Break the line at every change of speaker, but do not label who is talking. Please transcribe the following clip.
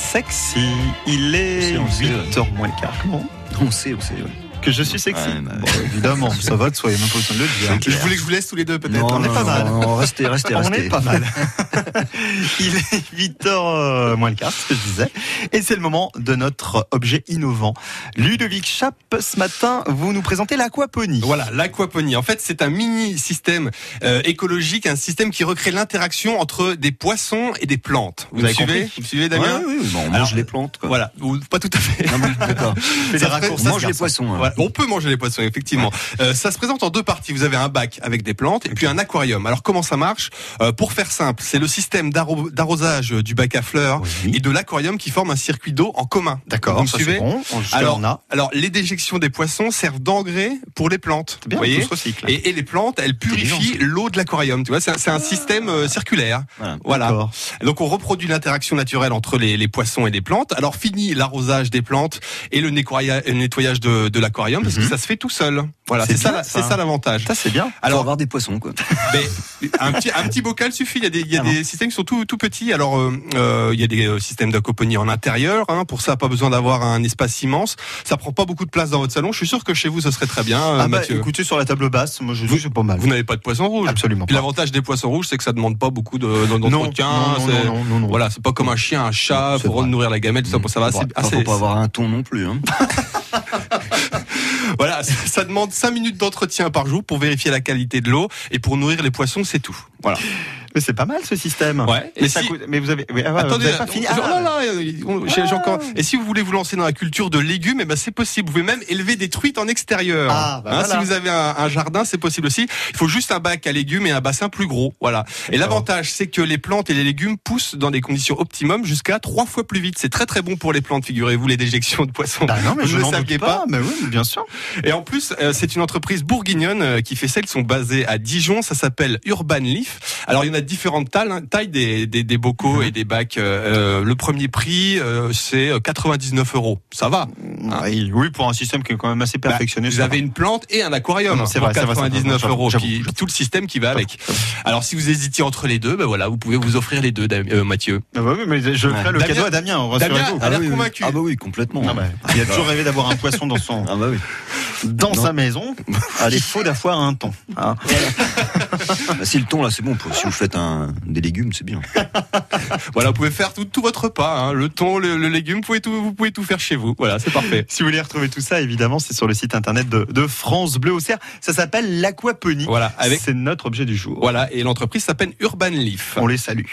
sexy. Il est
C'est, on le sait,
8h moins le quart. Comment
On sait, on sait. ouais.
Que je suis sexy
Ouais, bah,
Bon, Évidemment, ça va de soi, il n'y a même pas besoin de le
C'est
dire.
clair.
Je voulais que je vous laisse tous les deux peut-être.
Non,
on est
non,
pas
non,
mal.
non, restez, restez,
On
restez.
est pas mal. Il est 8h euh, moins le quart, c'est ce que je disais. Et c'est le moment de notre objet innovant. Ludovic Chape, ce matin, vous nous présentez l'aquaponie.
Voilà, l'aquaponie. En fait, c'est un mini système euh, écologique, un système qui recrée l'interaction entre des poissons et des plantes. Vous,
Vous
me
avez
suivez
compris
Vous me suivez,
Ouais,
Damien
ouais, ouais, bon, on mange
Alors,
les plantes, quoi.
Voilà, ou pas tout à fait.
Non, mais d'accord.
Fais des
ça serait-
raccourcis,
On mange
ce
les
garçon.
poissons. hein.
Voilà, on peut manger les poissons, effectivement. Euh, ça se présente en deux parties. Vous avez un bac avec des plantes et puis un aquarium. Alors comment ça marche Euh, Pour faire simple, c'est le système d'arro- d'arrosage du bac à fleurs
Oui.
et de l'aquarium qui forme un circuit d'eau en commun.
D'accord,
Vous me
ça
suivez
c'est bon. On- je-
Alors-
on a.
Alors les déjections des poissons servent d'engrais pour les plantes.
C'est bien,
vous voyez
tout se recycle.
et, et les plantes, elles purifient l'eau de l'aquarium. Tu vois, c'est un, c'est un système euh, circulaire.
Voilà.
Voilà.
Ah, D'accord.
Donc on reproduit l'interaction naturelle entre les, les poissons et les plantes. Alors fini l'arrosage des plantes et le nettoya- le nettoyage de, de l'aquarium parce
Mhm.
que ça se fait tout seul. Voilà,
C'est
c'est ça,
bien,
la-
ça. hein.
c'est ça l'avantage.
Ça c'est bien.
Alors,
Alors,
avoir des poissons, quoi.
mais un petit un petit bocal suffit. Il y a des il y a
Ah bon.
des systèmes qui sont tout tout petits. Alors euh, euh, il y a des euh, systèmes d'aquaponie en intérieur. hein. Pour ça, pas besoin d'avoir un espace immense. Ça prend pas beaucoup de place dans votre salon. Je suis sûr que chez vous, ça serait très bien, euh,
ah bah
Mathieu.
écoutez, sur la table basse, moi je dis c'est pas mal.
vous n'avez pas de poisson rouge.
Absolument
Puis
pas.
l'avantage des poissons rouges, c'est que ça demande pas beaucoup de- d'en-
Non,
d'entretien.
non, non,
c'est-
non, non, non.
Voilà, c'est pas comme un chien, un chat,
C'est
pour
vrai. Mm.
nourrir la gamelle, tout ça, ça va assez,
Bon,
assez-
faut pas avoir un ton non plus. Hein.
Voilà, ça ça demande 5 minutes d'entretien par jour pour vérifier la qualité de l'eau et pour nourrir les poissons, c'est tout. Voilà.
Mais c'est pas mal ce système.
Ouais.
Mais,
Et
ça
si-
coûte- mais vous avez. oui, ah, ouais,
Attendez,
vous avez pas fini.
on-
Ah,
oh là là, euh, on- j'ai- j'ai encore- Et si vous voulez vous lancer dans la culture de légumes, eh ben c'est possible. Vous pouvez même élever des truites en extérieur. Hein,
Ah, bah voilà.
Si vous avez un, un jardin, c'est possible aussi. Il faut juste un bac à légumes et un bassin plus gros. Voilà. Et
D'accord.
l'avantage, c'est que les plantes et les légumes poussent dans des conditions optimum jusqu'à trois fois plus vite. C'est très très bon pour les plantes, figurez-vous, les déjections de poissons.
Bah non, mais
vous
je
ne
n'en
saviez
doute
pas.
pas. Mais oui, bien sûr.
Et en plus, euh, c'est une entreprise bourguignonne euh, qui fait celles qui sont basées à Dijon. Ça s'appelle Urban Leaf. Alors, il y en a différentes tailles, hein, tailles des, des, des
Mhm.
bocaux et des bacs. Euh, euh, le premier prix, euh, c'est 99 euros. Ça va.
Oui, oui, Bah, pour un système qui est quand même assez perfectionné.
Ah. Bah, Vous
ça
avez une plante et un aquarium
Non, c'est
pour
vrai, c'est vrai, c'est vrai.
99
J'avoue,
euros.
j'avoue,
Puis,
j'avoue.
tout le système qui va avec. Alors, si vous hésitiez entre les deux, ben voilà, vous pouvez vous offrir les deux, Dam- euh, Mathieu.
va. Ah bah oui, mais je
Ouais.
ferai le
Damien-
cadeau à Damien,
Damien
rassurez-vous.
a l'air
oui, oui.
convaincu.
Ah bah oui, complètement.
Non, bah, il a toujours rêvé d'avoir un poisson dans son,
Ah bah oui.
dans
Non.
sa maison. Allez, faut d'avoir un temps. hein.
Bah, si le ton là, c'est bon. pour- Si vous faites un, des légumes, c'est bien.
Voilà, vous pouvez faire tout, tout votre repas, hein, le thon, le, le légume, vous pouvez, tout, vous pouvez tout faire chez vous. Voilà, c'est parfait.
Si vous voulez retrouver tout ça, évidemment, c'est sur le site internet de, de France Bleu Auxerre. Ça s'appelle l'aquaponie.
Voilà, avec,
C'est notre objet du jour.
voilà, et l'entreprise s'appelle Urban Leaf.
On les salue.